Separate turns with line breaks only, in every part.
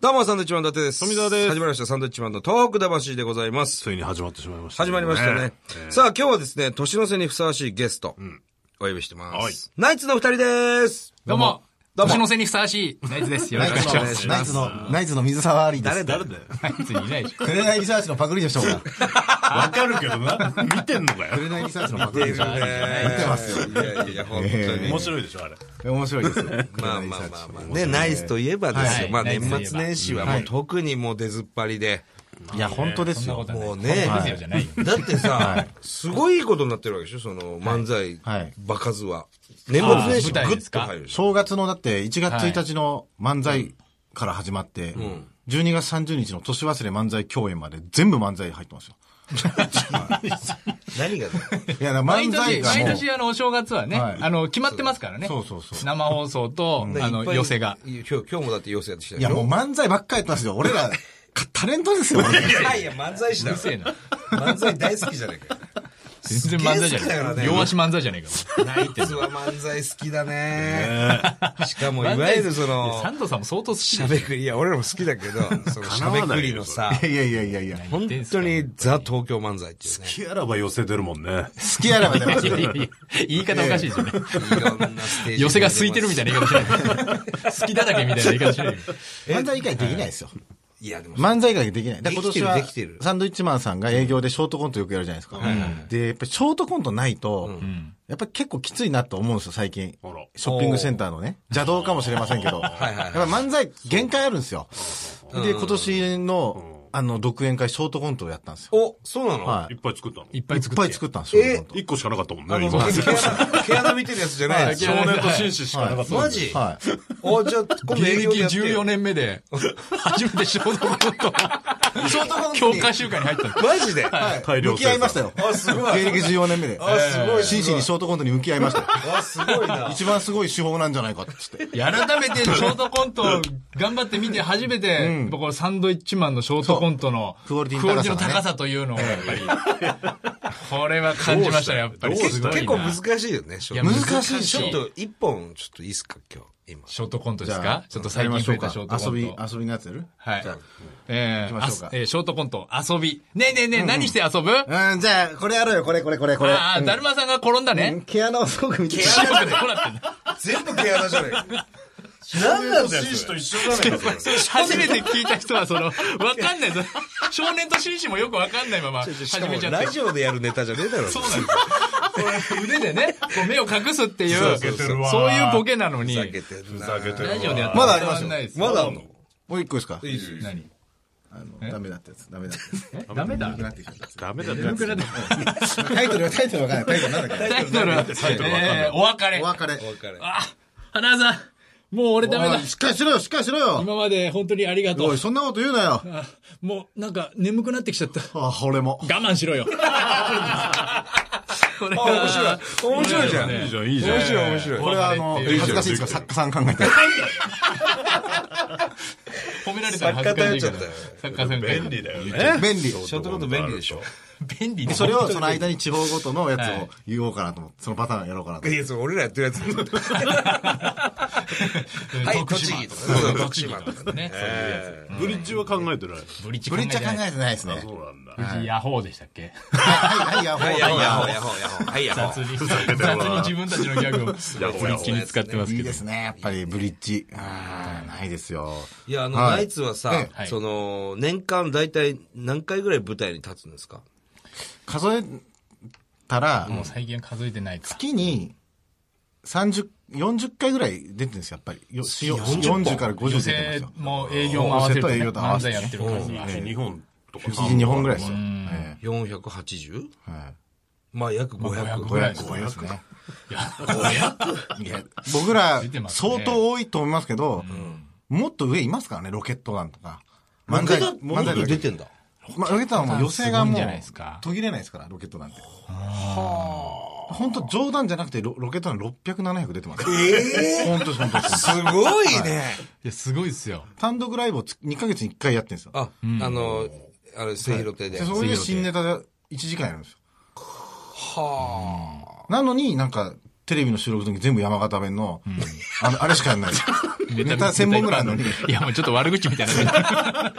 どうも、サンドイッチマン伊達です。
富澤です
始まりました、サンドイッチマンのトーク魂でございます。
ついに始まってしまいました、
始まりましたね。
えー
さあ、今日はですね、年の瀬にふさわしいゲスト、お呼びしてます。
はい
ナイツのお二人です。
どうも、年の瀬にふさわしい、ナイツです。よろ
ナ
し
イ
くお願いしま
ツ
す。
の、ナイツの、ナイツの水沢ありです。
誰だよ。
ナイツにいないでしょ。
くれないリサーチのパクリでしょうか。
わかるけどな。 見てんのか
く
よ。
れないリサーチのパクリでしょうか。
見てますよ。いやいや、本当に。
面白いでしょ、あれ。
面白いですね。
まあまあまあまあ
くれないリサー
ね、
チ
ナイスといえばですよ。
はい
まあ
ナイ
年
ツといえば
末年始はもう特にもう出ずっぱりで。
いや、本当です
そんなこ
よ
と。はない。
もうね
こんなことですよじゃないよ。
だってさ、すごいことになってるわけでしょその漫才
はい、
場数は。年末年始
あー舞台
グ
で
ッ
す
と
か
入るでしょ
正月のだって1月1日の漫才から始まって、12月30日の年忘れ漫才共演まで全部漫才入ってますよ。
何がだよ
いや、だか ら
毎
漫才
年、
が
毎
もう、
年あの、お正月はね、
はい
あの、決まってますからね。
そうそうそう。
生放送と、 あ
いっ
の、
ぱい
寄せが。
今日、今日もだって寄せやってきた
いや、もう漫才ばっかやってますよ。俺ら、かタレントですよ。 俺
いやいや、漫才師だ
うるせえな。
漫才大好きじゃないか。
全然漫才じゃ
すげえ好きだから
ね
ね
え。両足漫才じゃねえか。
ナイツは漫才好きだね。しかも、い
漫
わ
才
ゆるそ
いや
の
サ、ンドさんも相当好き
しゃ
だ
べくり、いや、俺らも好きだ けど、そのしゃべくりのさ、
いやいやいやいや。好
本当にザ東京漫才っていうね。
キャラは寄せ出るもんね。
きやらば出ます
いやいやいや、言い方おかしいですよね。
いろんなステージ。
寄せが空いてるみたい
な。
な言い方しない。好きだらけみたいな言い方しない。
漫才以外できないですよ。
いや、でも、
漫才以外できない。だから今年は
できてるできてる
サンドイッチマンさんが営業でショートコントよくやるじゃないですか。で、やっぱりショートコントないと、やっぱり結構きついなと思うんですよ、最近
あら。
ショッピングセンターのね。邪道かもしれませんけど。
い はい
やっぱ漫才限界あるんですよ。で、今年の、あの、独演会ショートコントをやったんですよ。
お、そうなの
はい
っぱい作ったの。
い
一
っぱい
いっ
作っ
ぱ
て。
い作ったんです、ショートコント。
個しかなかったもん
あ
ね、
の、
今。
毛穴、毛穴見てるやつじゃないの
はい
少年と紳士しかなかったもん
マ
ね。
ジ
は
お、じゃあ、今度
芸
営業で
歴
やってよ
14年目で、初めてショートコント、
い。ショートコン
強化集会に入ったの
マジであ、
はい
大量
向き合いましたよ。
あすごい
芸歴14年目で。
すごい。
真摯にショートコントに向き合いましたよ。
すごいな。
一番すごい手法なんじゃないかって言って。
改めてショートコントを頑張って見て初めて、やっぱこのサンドイッチマンのショートコントの
そうクオリティの
クオ
高
リ
さ
ティの
がね
高さというのをやっぱり、これは感じましたね、やっぱり。
どう
す
し
ごいな
結構難しいよね、正直
いや
難しい
ち
し
ょっと一本、ちょっといいっすか、今日。今。
ショートコントです
じゃあ
かちょっと最近増えたショートコ
遊び、
ント。
遊びのやつやる
はい
じゃあ。
え
行
ー
きましょうか
あえーショートコント、遊び。ねえねえねえ、何して遊ぶ
うん、じゃあ、これやろうよ、これ、これ、これ、これ。
ああ、だるまさんが転んだ
うん
ね。
毛穴をすごく見てる。
白くてどうなってんだ
全部毛穴じゃない。
何 なんだよ。紳士と一緒じゃないか、それ
初めて聞いた人は、その、わかんない。その少年と紳士もよくわかんないまま
し
始
か
め
も
ちゃった
ラ。ジオでやるネタじゃねえだろ。
そうなんですよ。これ腕でね、こう目を隠すっていう、
そう
そ
そううそう
いうボケなのに、
ふざけ
ラ
てん
ふ
な
ざけてるわ。
ジオでやった
まだあ
ら
りますよ
ないですよ。
まだあんの
もう一個いいですか
いいですよ
何
あの、ダメだったやつ、ダメだったやつ。
ダメだ。
なってきちゃった
ダメだね。
タイトルは、タイトルわかんない。タイトルなんだっ
タイトルは、えーお別
け
れ
お。別れ。
お別れ。
あ、花さん、もう俺ダメだ
おい。しっかりしろよ、しっかりしろよ。
今まで本当にありがと
お
う
い、。そんなこと言うなよ。
あもうなんか眠くなってきちゃった。
あ、俺も。
我慢しろよ。これは
面白い。面白いじゃん。
いい
面
じゃん、いいじゃん。
面
白い、面白い。
これは、あの、
いい
じゃん
恥ずかしいですか作家さん考えて。
褒められたら恥ずかしいから。作家さんから
便利だよね。
便利。
ショートコント便利でしょ。
便利ね
それを、その間に地方ごとのやつを言おうかなと思って、そのパターンやろうかなと
い
思って。
や、それ俺らやってるやつ。はい、
徳
栃木とか
島
ね。
栃
栃
木
木
と
と
か
か
ね
ね。え
ブリッジは考えてない。
ブリッジ
ブリッジは考え
て
てないですね。
そうなんだ。
ない。ヤホーでしたっけ
はい、はい、やほう、
ー
は、
はいい、
や
や
ほ
ほ
う
う
や
や
ほ
ほ
う
うやほうやほう。はい、や
雑
ほう。
に、雑に自分たちのギャグを、振り切り使ってます
い
け
い
ど
で。すね、やっぱりブリッジ。あーないですよ。
いや、あの、
はい
ナイツはさ
え、
はい
その、年間大体何回ぐらい舞台に立つんですか
数えたら、
もう最近は数えてないか。
月に30、40回ぐらい出てるんですよ、やっぱり。よしよ40から50
女
出て
性も
ますよ。
営業も合わせるとね、
女性と営業と合
漫
わ
才
せて
やってるからね。
日本とか。
1日2本ぐらいですよ。え
?480?
えはい
まあ、約500。
ぐらいです
500、
ね
500ですね。
いや、500?
いや、僕ら
出て、ますね
相当多いと思いますけど、もっと上いますからね、ロケット団とか。漫才、
も
漫
っ
才
と
だ
出
け。
てんだ。
まあ、ロケット団はもう寄せ
すご
が
いん
も
じ
う
ゃないですか、
途切れないですから、ロケット団って。本当冗談じゃなくてロ、ロケット団600、700出てます。ええ本当です、本当です。
すごいね。
いや、すごいっすよ。
単独ライブを2ヶ月に1回やってるんですよ。
あ、あの、あれ、せひろ亭で
で。そういう新ネタで1時間やるんですよ。
は
なのになんか、テレビの収録の時全部山形弁の、あのあれしかやんない。ネタ専門ぐらいあるのに、
いや、もうちょっと悪口みたいな。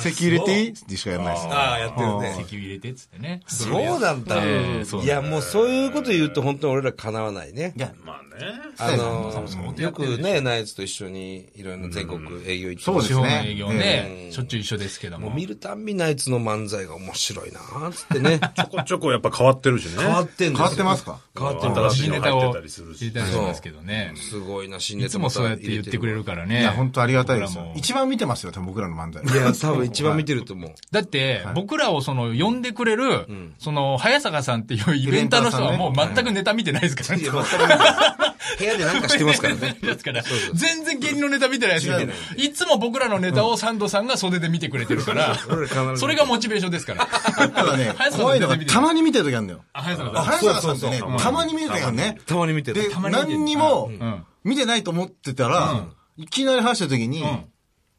席入れていいってしかやんないです。
ああ、やってるね。
石油入れてっつってね。
そうなんだ。
そう
いや、もうそういうこと言うと本当に俺ら叶わないね。
まあね。
あの、よくね、ナイツと一緒にいろいろな全国営業行って
そう
ま
です
地
よ
方
ね
の営業ね、しょっちゅう一緒ですけど
も
も
う。見るたんびナイツの漫才が面白いなーっつってね。
ちょこちょこやっぱ変わってるしね。
変わってんですよ
変わってますか
変わって
新
る。
しい
新
の
ネタ
入って
を
た
入
りするし
れたりしますけどね。
すごいな、新
い
ネタ
つもそうやって言ってくれるからね。
いや、本当ありがたいですよ
僕ら。も
一番見てますよ、多分僕らの漫才。
いや、多分一番見てると思う。
だって、僕らをその、呼んでくれる、その、早坂さんっていうイベンターの人はもう全くネタ見てないですからね。
いや、全く見てない部屋でなんかしてます からね。
ですから、全然芸人のネタ見てないですけど、いつも僕らのネタをサンドさんが袖で見てくれてるから、それがモチベーションですから。
た だね、怖いのがたまに見てる時あるのよ。
あ、早坂さん。
原坂さんってね、たまに見てる時あるのね。
たまに見て
で
る。、
何にも見てないと思ってたら、いきなり話した時に、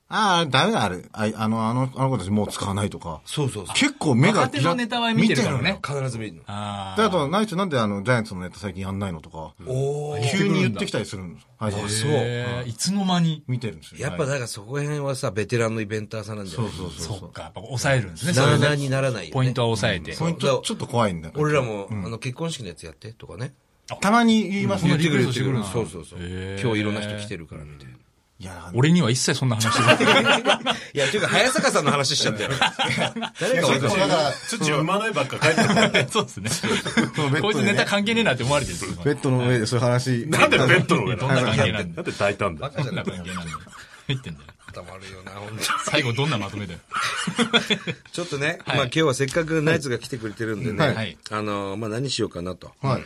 ああ、ダメだ、あれ。ああの、あの、あの子たちもう使わないとか。
そうそうそう。
結構目が
若手のネタは見てるから
見のよ
ね。
必ず見るの。
あ
であと、ナイツなんであの、ジャイアンツのネタ最近やんないのとか、
おー
急に言ってきたりするんです。はい、そう。
ーいつの間に。
見てるんですよ。
やっぱだからそこら辺はさ、ベテランのイベンターさんなんじゃない
そうそう
そ
そう
っ。か、やっぱ抑えるんですね。
な
そ
ら
れ
な
で
らにならないよね。
ポイントは抑えて。
ポイントちょっと怖いんだよ
俺らも、あの、結婚式のやつやってとかね。
たまに言います
うん
ね。
リクエストしてくるんだ
そうそうそう。
へー
今日いろんな人来てるからみたいな。
いや、
俺には一切そんな話が。
いや、というか、早坂さんの話しちゃったよ。誰か俺
だか
たち
ら、
土を産まないばっか帰ってくる。
そうですね。
ベッドでね
こいつネタ関係ねえなって思われてるんです
ベ
よ。
ッドの上でそういう話。
なんでベッドの上
ど
なん
な
の
関係なんだ
なんで大胆だよ。
どんな関係なんだよ言ってんだよ。
固まるよな、ほんと
最後どんなまとめだよ。
ちょっとね、
はい
まあ今日はせっかくナイツが来てくれてるんでね、
はい
はい
あのーまあ何しようかなと。
はい。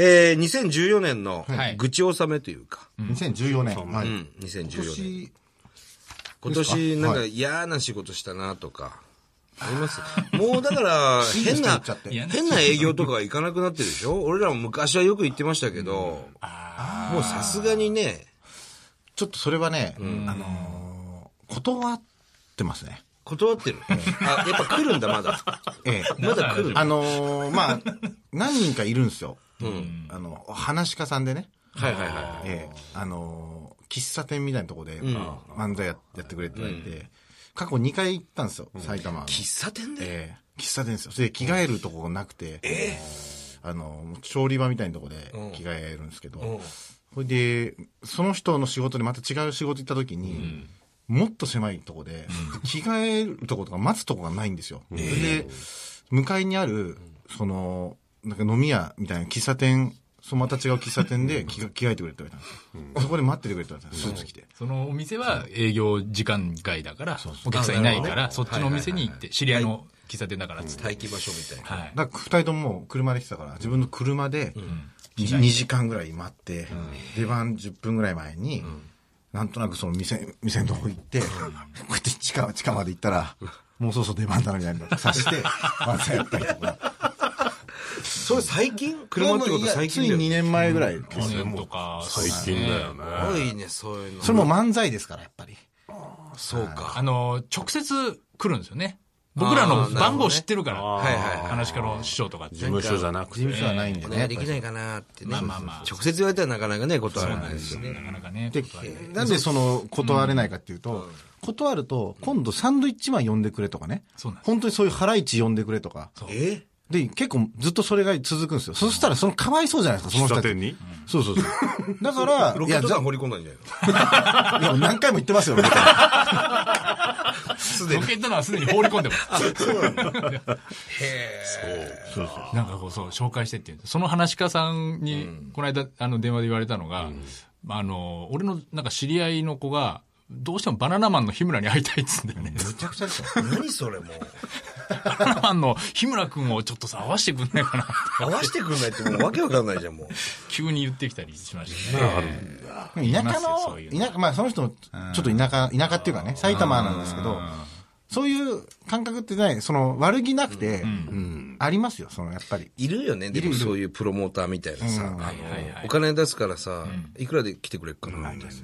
えー、2014年の
はい
愚痴納めというか、
2014年。は
う
い。
ん、2014
今
年。
年、
今年なんか
は
嫌な仕事したなとか、ありますもうだ から、変
言
な
っちゃって、
変な営業とか行かなくなってるでしょ俺らも昔はよく行ってましたけど、もうさすがにね、
ちょっとそれはね、あのー、断ってますね。
断ってる。あ、やっぱ来るんだ、まだ。
ええ。
まだ来るんだ。
あのー、まあ、何人かいるんですよ。あの、話し家さんでね。
はいはいは
ええ、あのー喫茶店みたいなとこで、漫才ややってくれって言われて、過去2回行ったんですよ、埼玉の。
い。喫茶店で
ええ喫茶店ですよ。それで着替えるとこがなくて、あのー、調理場みたいなとこで着替えるんですけど、ほいで、その人の仕事でまた違う仕事行った時に、もっと狭いとこで、着替えるとことか待つとこがないんですよ。それで、向かいにある、その、なんか飲み屋みたいな喫茶店、そうまた違う喫茶店で着が着替えてくれって言われたんですよ。そこで待っててくれって言われたんですよ、スーツ着て。
そのお店は営業時間外だから、お客さんいないから、そっちのお店に行って、知り合いの喫茶店だからっつって。
待機場所みたいな。
はい。
だから二人とももう車で来てたから、自分の車で、に2時間ぐらい待って、出番10分ぐらい前に、なんとなくその店、店のとこ行って、こうやって地下、地下まで行ったら、もうそろそろ出番だなみたいなのを刺して、漫才やったりとか。
それ最近車ってことは最近だ
つ
よ
い
ね
2年前ぐらいです
去
よ
年とか、
最近だよね。
すごいね、そういうの。
それも漫才ですから、やっぱり。
そうか。
あの、直接来るんですよね。僕らの番号知ってるから、
はいはいはい。
話家の師匠とかって
事。務所じゃなく
事務
て。
所はないんで
お
ね。
願
やっ
いで
ぱ
き
り
ないかなってね。
まあまあまあ
直接言われたらなかなかね、断らないしね。
なかなかね。
で、なんでその、断れないかっていうと、断ると、今度サンドイッチマン呼んでくれとかね。
そうなんです
本当にそういうハライチ呼んでくれとか。
え
で、結構ずっとそれが続くんですよ。そしたら、その、かわいそうじゃないですか、その人たち。
喫茶店に
そうそうそう。だから、
ロ
い
ケッ
や、
ト
じゃ
弾掘り込んだんじゃないの
あいや何回も言ってますよ、僕は
ロケットのはすでに放り込んで ます。
そうそう
なんかこう、そう、紹介してっていう。その話家さんに、この間、あの、電話で言われたのが、まああの、俺の、なんか知り合いの子が、どうしてもバナナマンの日村に会いたいっつうんだよね。
むちゃくちゃでしょ。何それもう。
バナナマンの日村くんをちょっとさ、会わしてくんないかなって
合わせてくんないってもうわけわかんないじゃん、もう。
急に言ってきたりしましたね。
田舎
ますよそういう
の、
の
田舎、まあ、その人も、ちょっと田舎、田舎っていうかね、埼玉なんですけど、そういう感覚ってない、その、悪気なくて、うんありますよ、その、やっぱり。
いるよね、でもそういうプロモーターみたいなさ。あのお金出すからさ、いくらで来てくれっかなみたいな。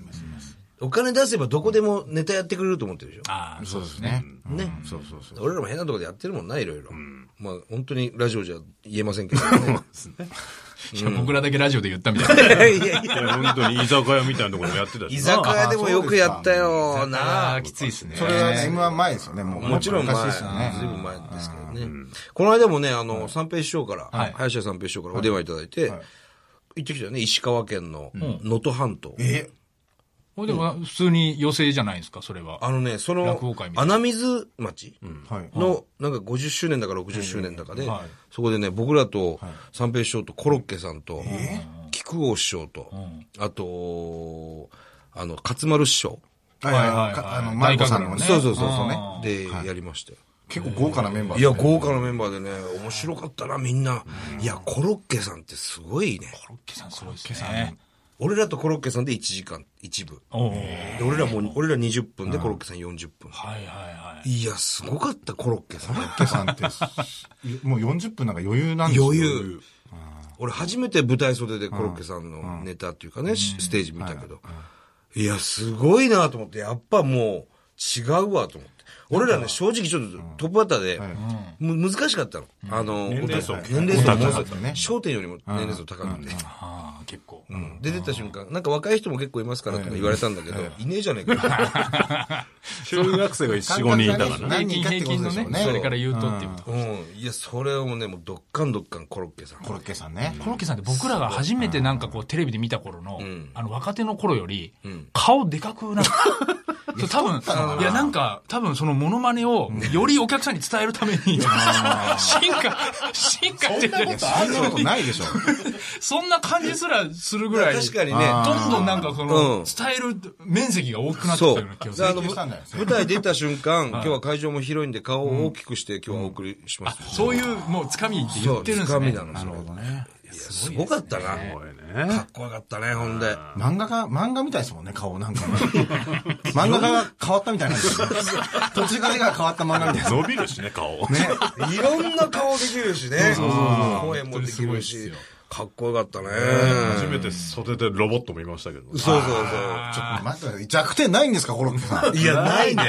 お金出せばどこでもネタやってくれると思ってるでしょ。
ああ、
そ
そうう
で
です
す
ね。
ね。うん
ね
そうそうそう。
俺らも変なとこでやってるもんな、いろいろ。まあ、本当にラジオじゃ言えませんけど ね。
いや、僕らだけラジオで言ったみたい な。
いやいやいや。
本当に居酒屋みたいなところもやってたし
居
な。
酒屋でもよくやった よ、な
あ
あ
あ、。きついですね。
それはね、M1 前ですよね、もう。
もちろん前、
昔
ずい
ですよね。
ぶん前ですけどね。この間もね、あの、三平師匠から、
はい
林家三平師匠からお電話いただいて、行ってきたよね、石川県の能登半島。
え
ほんでも、普通に余生じゃないですか、それは。
あのね、その
落語会、みたい
穴水町
はい。
の、なんか50周年だか60周年だかで
はい、
そこでね、僕らと三平師匠とコロッケさんと、菊郷師匠と、あと、あの、勝丸師匠。
はい
は
はいい
はい
はい。かあの、マイコさんのね。
そうそうそうそう
ね。
で、やりましたよ。
結構豪華なメンバー
い
で
や、
すね
豪華なメンバーでね、面白かったな、みんな。いや、コロッケさんってすごいね。
コロッケさんすごいですね。
俺らとコロッケさんで1時間、1部。
おお。はい
で俺らもう、俺ら20分でコロッケさん40分。
はいはい。
いや、すごかった、コロッケさん。
コロッケさんって、もう40分なんか余裕なんですよ
余裕。俺初めて舞台袖でコロッケさんのネタっていうかね、しステージ見たけど。いや、すごいなと思って、やっぱもう違うわと思って。俺らね、正直ちょっとトップバッターで、む難しかったの。あの、
年齢層
お互い年齢層も
高かったね
焦点よりも年齢層高くて。
ああ、結構。
で出てった瞬間、なんか若い人も結構いますからとか言われたんだけど、いねえじゃねえ か。
中学生が4、5人いたからね。
平
何
均
人かって
平
こと
均
で
の
しょうね
ね、それから言うとっていうこと。
うん。いや、それをね、もうどっかんどっかんコロッケさん。
コロッケさんね。
コロッケさんって僕らが初めてなんかこうテレビで見た頃の、
ん
あの若手の頃より
ん、
顔でかくなったそう多分、いやなんか、多分そのモノマネをよりお客さんに伝えるために、進化、進化っていうか
いやそんなことないでしょ。
そんな感じすらするぐらい、
確かにね、
あ
どんどんなんかその、
うん
伝える面積が大きくなってき
そ
たよ
う。
うな気がする。
あの
請求したんだよ
舞台出た瞬間、今日は会場も広いんで顔を大きくして今日はお送りします。
そういう、もう、つかみって言
そ
っ
う、
てるんで
つ
す
かみ
ね。
なの、それ。い
ね。
や、すごかったな。
これ
か
ね
っこよかったね、ほんで。
漫画家、漫画みたいですもんね、顔なんかね。漫画家が変わったみたいなんですよ。途中から絵が変わった漫画みたい
伸びるしね、顔。
ですね。
いろんな顔できるしね。声もできるし。かっこよかったね。
初めて袖でロボットもいましたけど。
そうそう
ちょっと待って、弱点ないんですか、コロッケさん
そう。。いや、ないね。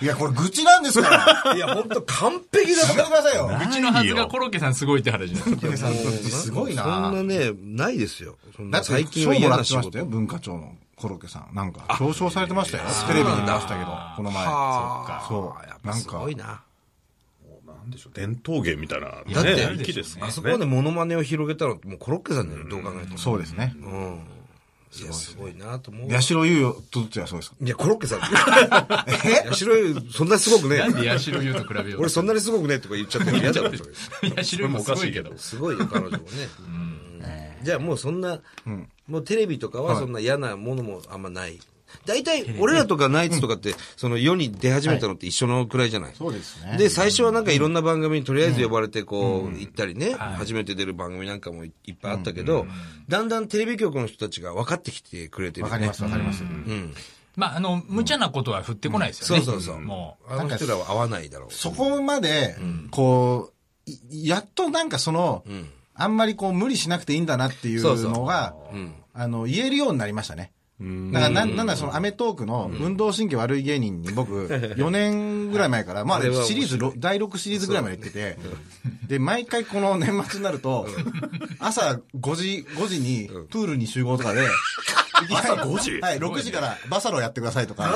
いや、これ愚痴なんですから。や
いや、ほんと完璧だっ
め
た
てくださいよ。
うちのはずがコロッケさんすごいって話なんです
コロッケさんの愚痴すごいな。
そんなね、ないですよ。そん
だ
な
って
最
最
近
近
は
は
嫌
もら
な
って
仕
ました
事。
よ、文化庁のコロッケさん。なんか、表彰されてましたよ。テレビに出したけど、この前。そ
やっ
う。
ぱ
なん
す
か
ごい、な。
なんでしょう、伝統芸みたいな。
だって
ね息ですね。
あそこまでモノマネを広げたのってもうコロッケさんだよ、どう考えても。
そうですね。
うん。いや、すごいなと思う。
八代優よとってはそうですか。
いや、コロッケさん。え八代優、そんなすごくね
よ。なんで八代優と比べよう
俺そんなにすごくねとか言っちゃっても嫌だろ、それ
八代優もすごいけど。
すごいよ、彼女もね。じゃあもうそんな、もうテレビとかはそんな嫌なものもあんまない。大体、俺らとかナイツとかって、その世に出始めたのって一緒のくらいじゃない、
そうですね
で、最初はなんかいろんな番組にとりあえず呼ばれてこう、行ったりね、初めて出る番組なんかもいっぱいあったけど、だんだんテレビ局の人たちが分かってきてくれてる
わ
よ
かり
ね
ま。す、わかります。
うん。
まあ、あの、無茶なことは振ってこないですよね。
そうそうそう
もう。
あの人らは合わないだろう。
そこまで、こう、いやっとなんかその、あんまりこう無理しなくていいんだなってい
そうそう
うのが、あの、言えるようになりましたね。だからなん、なんだそのアメトークの運動神経悪い芸人に僕、4年ぐらい前から、まあ
あれは面白い
シリーズろ、第6シリーズぐらいまで行ってて、で、毎回この年末になると、朝5時、5時にプールに集合とかで、朝5時はい、6時からバサロやってくださいとか。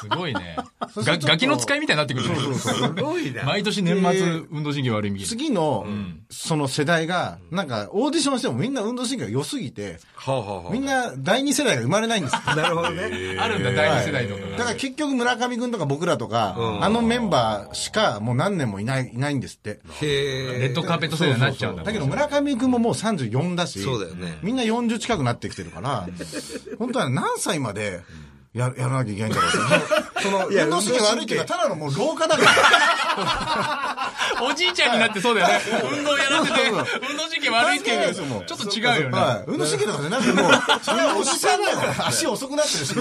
すごいね。
そしてちょ
が
っと
ガキの使いみたいになってくるね
ごいな
毎年年末、運動神経悪いみたいな。
次の、その世代が、なんか、オーディションしてもみんな運動神経が良すぎて、
はあ、はあはあ、
みんな第二世代が生まれないんですよ。
なるほどね。
あるんだ、第二世代とかが。
だから結局村上くんとか僕らとか、あのメンバーしかもう何年もいない、いないんですって。
へえ。
レッドカーペット世代になっちゃうんだ
だけど村上くんももう34だし、
そうだよね
みんな40近くなってきて るから、本当は何歳までややらなきゃいけないんだろうってそ の、運動神経悪いっていうか、ただのもう老化だから。
おじいちゃんになってそうだよね。運動やらせて、
そう
運動神経 悪いっていう
そうそう
ちょっと違うよね。
はい。運動神経とかじゃな くてもう、それはおじさんだよ。足遅くなってるし。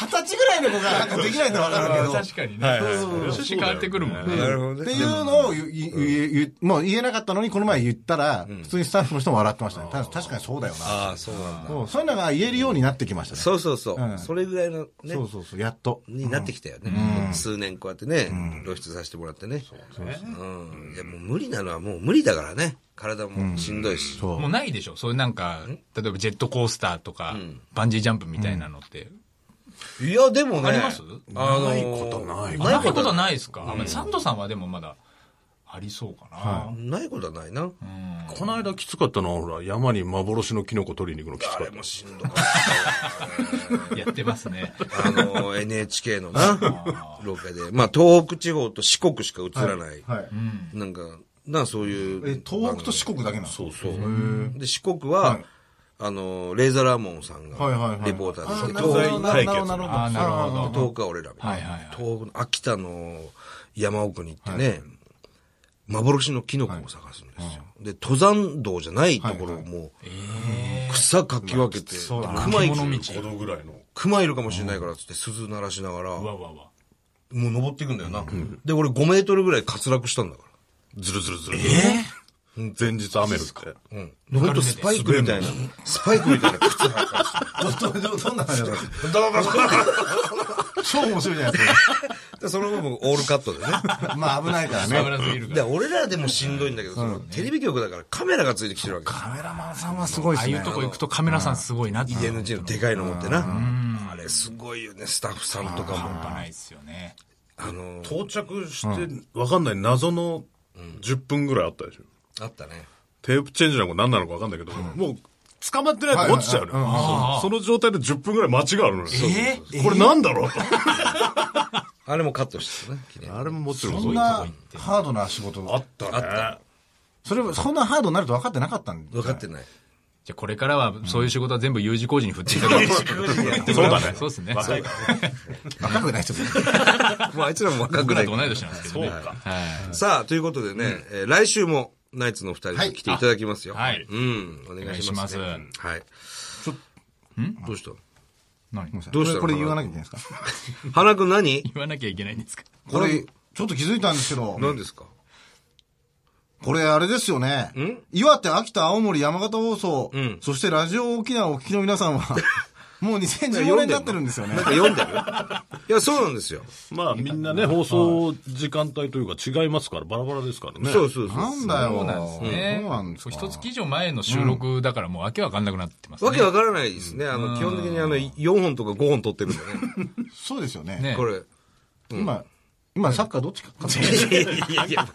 二十歳ちぐらいの子がなんかできないとわかるけど。
確かにね。
はいはいはい
趣旨変わってくるもんね。
なるほど
って
ね。
いうのを言う、言う言う言うもう言えなかったのに、この前言ったら、普通にスタッフの人も笑ってましたね。た確かにそうだよな。
ああ、そうなんだ。
そうそういうのが言えるようになってきましたね。
そうそうそうう。
ん
それぐらいのね
そ、うそうそう、やっと。
になってきたよね。数年こうやってね、露出させてもらってね。そうね。ん。いや、もう無理なのはもう無理だからね。体もしんどいし。
そう
もうないでしょそういうなんか、例えばジェットコースターとか、バンジージャンプみたいなのって。
いや、でもね。
あります
あのー
ないことない
ないことはないですか、あんまりサンドさんはでもまだ、ありそうかな。
ないことはないな。
この間きつかったのは、ほら、山に幻のキノコ取りに行くのきつ
あ
か
れ
った。
もしんどかったよね
やってますね。
あの、NHK のな、ロケで。まあ、東北地方と四国しか映らない。
はい。
なんか、な、そういう。
え、東北と四国だけなの
そうそう。で、四国は、
はい
あの、レーザーラーモンさんが
はいはいはい。
レポーターですけ
あ
ど、
ーなるほど、なるほど。
あーなるほど
あー
東北は俺らみたいな
はいはいはい
東北の秋田の山奥に行ってね、幻のキノコを探すんですよ。で、登山道じゃないところをもう、草かき分けて、
そうだな
熊いる
獣道。
5度ぐらいの。
熊いるかもしれないからっつって鈴鳴らしながら、
うわう
も
わうわ。
う登っていくんだよな。で、俺5メートルぐらい滑落したんだから。
ずるずるずる。うん前日雨降って。
うん。ほんとスパイクみたいな、スパイクみたいな靴履いて
どどどどんな話だった超面白いじゃないです
でその分もオールカットでね。
か。まあ危ないからね。
油すぎるか
で俺らでもしんどいんだけど、そのテレビ局だからカメラがついてきてるわけです
カメラマンさんはすごいで
ら。ああ
す
い
ね。
うとこ行くとカメラさんすごいなって。半
DNG のでかいの持ってな。あれすごいよね、スタッフさんとかも。
端ないですよね。
あの、
到着して、わかんない謎の10分ぐらいあったでしょ。
あったね。
テープチェンジなのか何なのかわかんないけど、もう、捕まってないと落ちちゃうのよ
はいはい
そうその状態で10分ぐらい待ちがあるのよ。
えー
これなんだろう
あれもカットしてたね、記念
あれももちろん
そんなハードな仕事。
あったね。
それも、そんなハードになると分かってなかったんで。
分かって ない。
じゃあこれからはそういう仕事は全部 U 字工事に振っていただきます。
そうだね。
そうですね。
若いから
若くない人で す。
もうあいつらも若く
僕
な
ら
い
と。同い年なんですけどね。
そうか
はい
さあ、ということでね、えー来週もナイツのお二人に来ていただきますよ。
はいはい
うん、お願いしますね。
お願いし
はい。どうした
何言
どうしたの
これ言わなきゃいけないんですか
花くん何
わなきゃいけないんですか
これ、ちょっと気づいたんですけど、
何ですか
これあれですよね。岩手、秋田、青森、山形放送、
ん
そしてラジオ沖縄をお聞きの皆さ んは、もう2014年になってるんですよね
なん。か読んでるいや、そうなんですよ。
まあみんなね、放送時間帯というか違いますから、バラバラですからね。
そうそうそう。
なんだよ。
そうなんですね。
そうなんですか。
一月以上前の収録だからもう訳わかんなくなってますね。
わけわからないですね。あの、基本的にあの、4本とか5本取ってるんでね。
そうですよね。
ね
これ。
今、今サッカーどっちか勝つ
いやいやいや。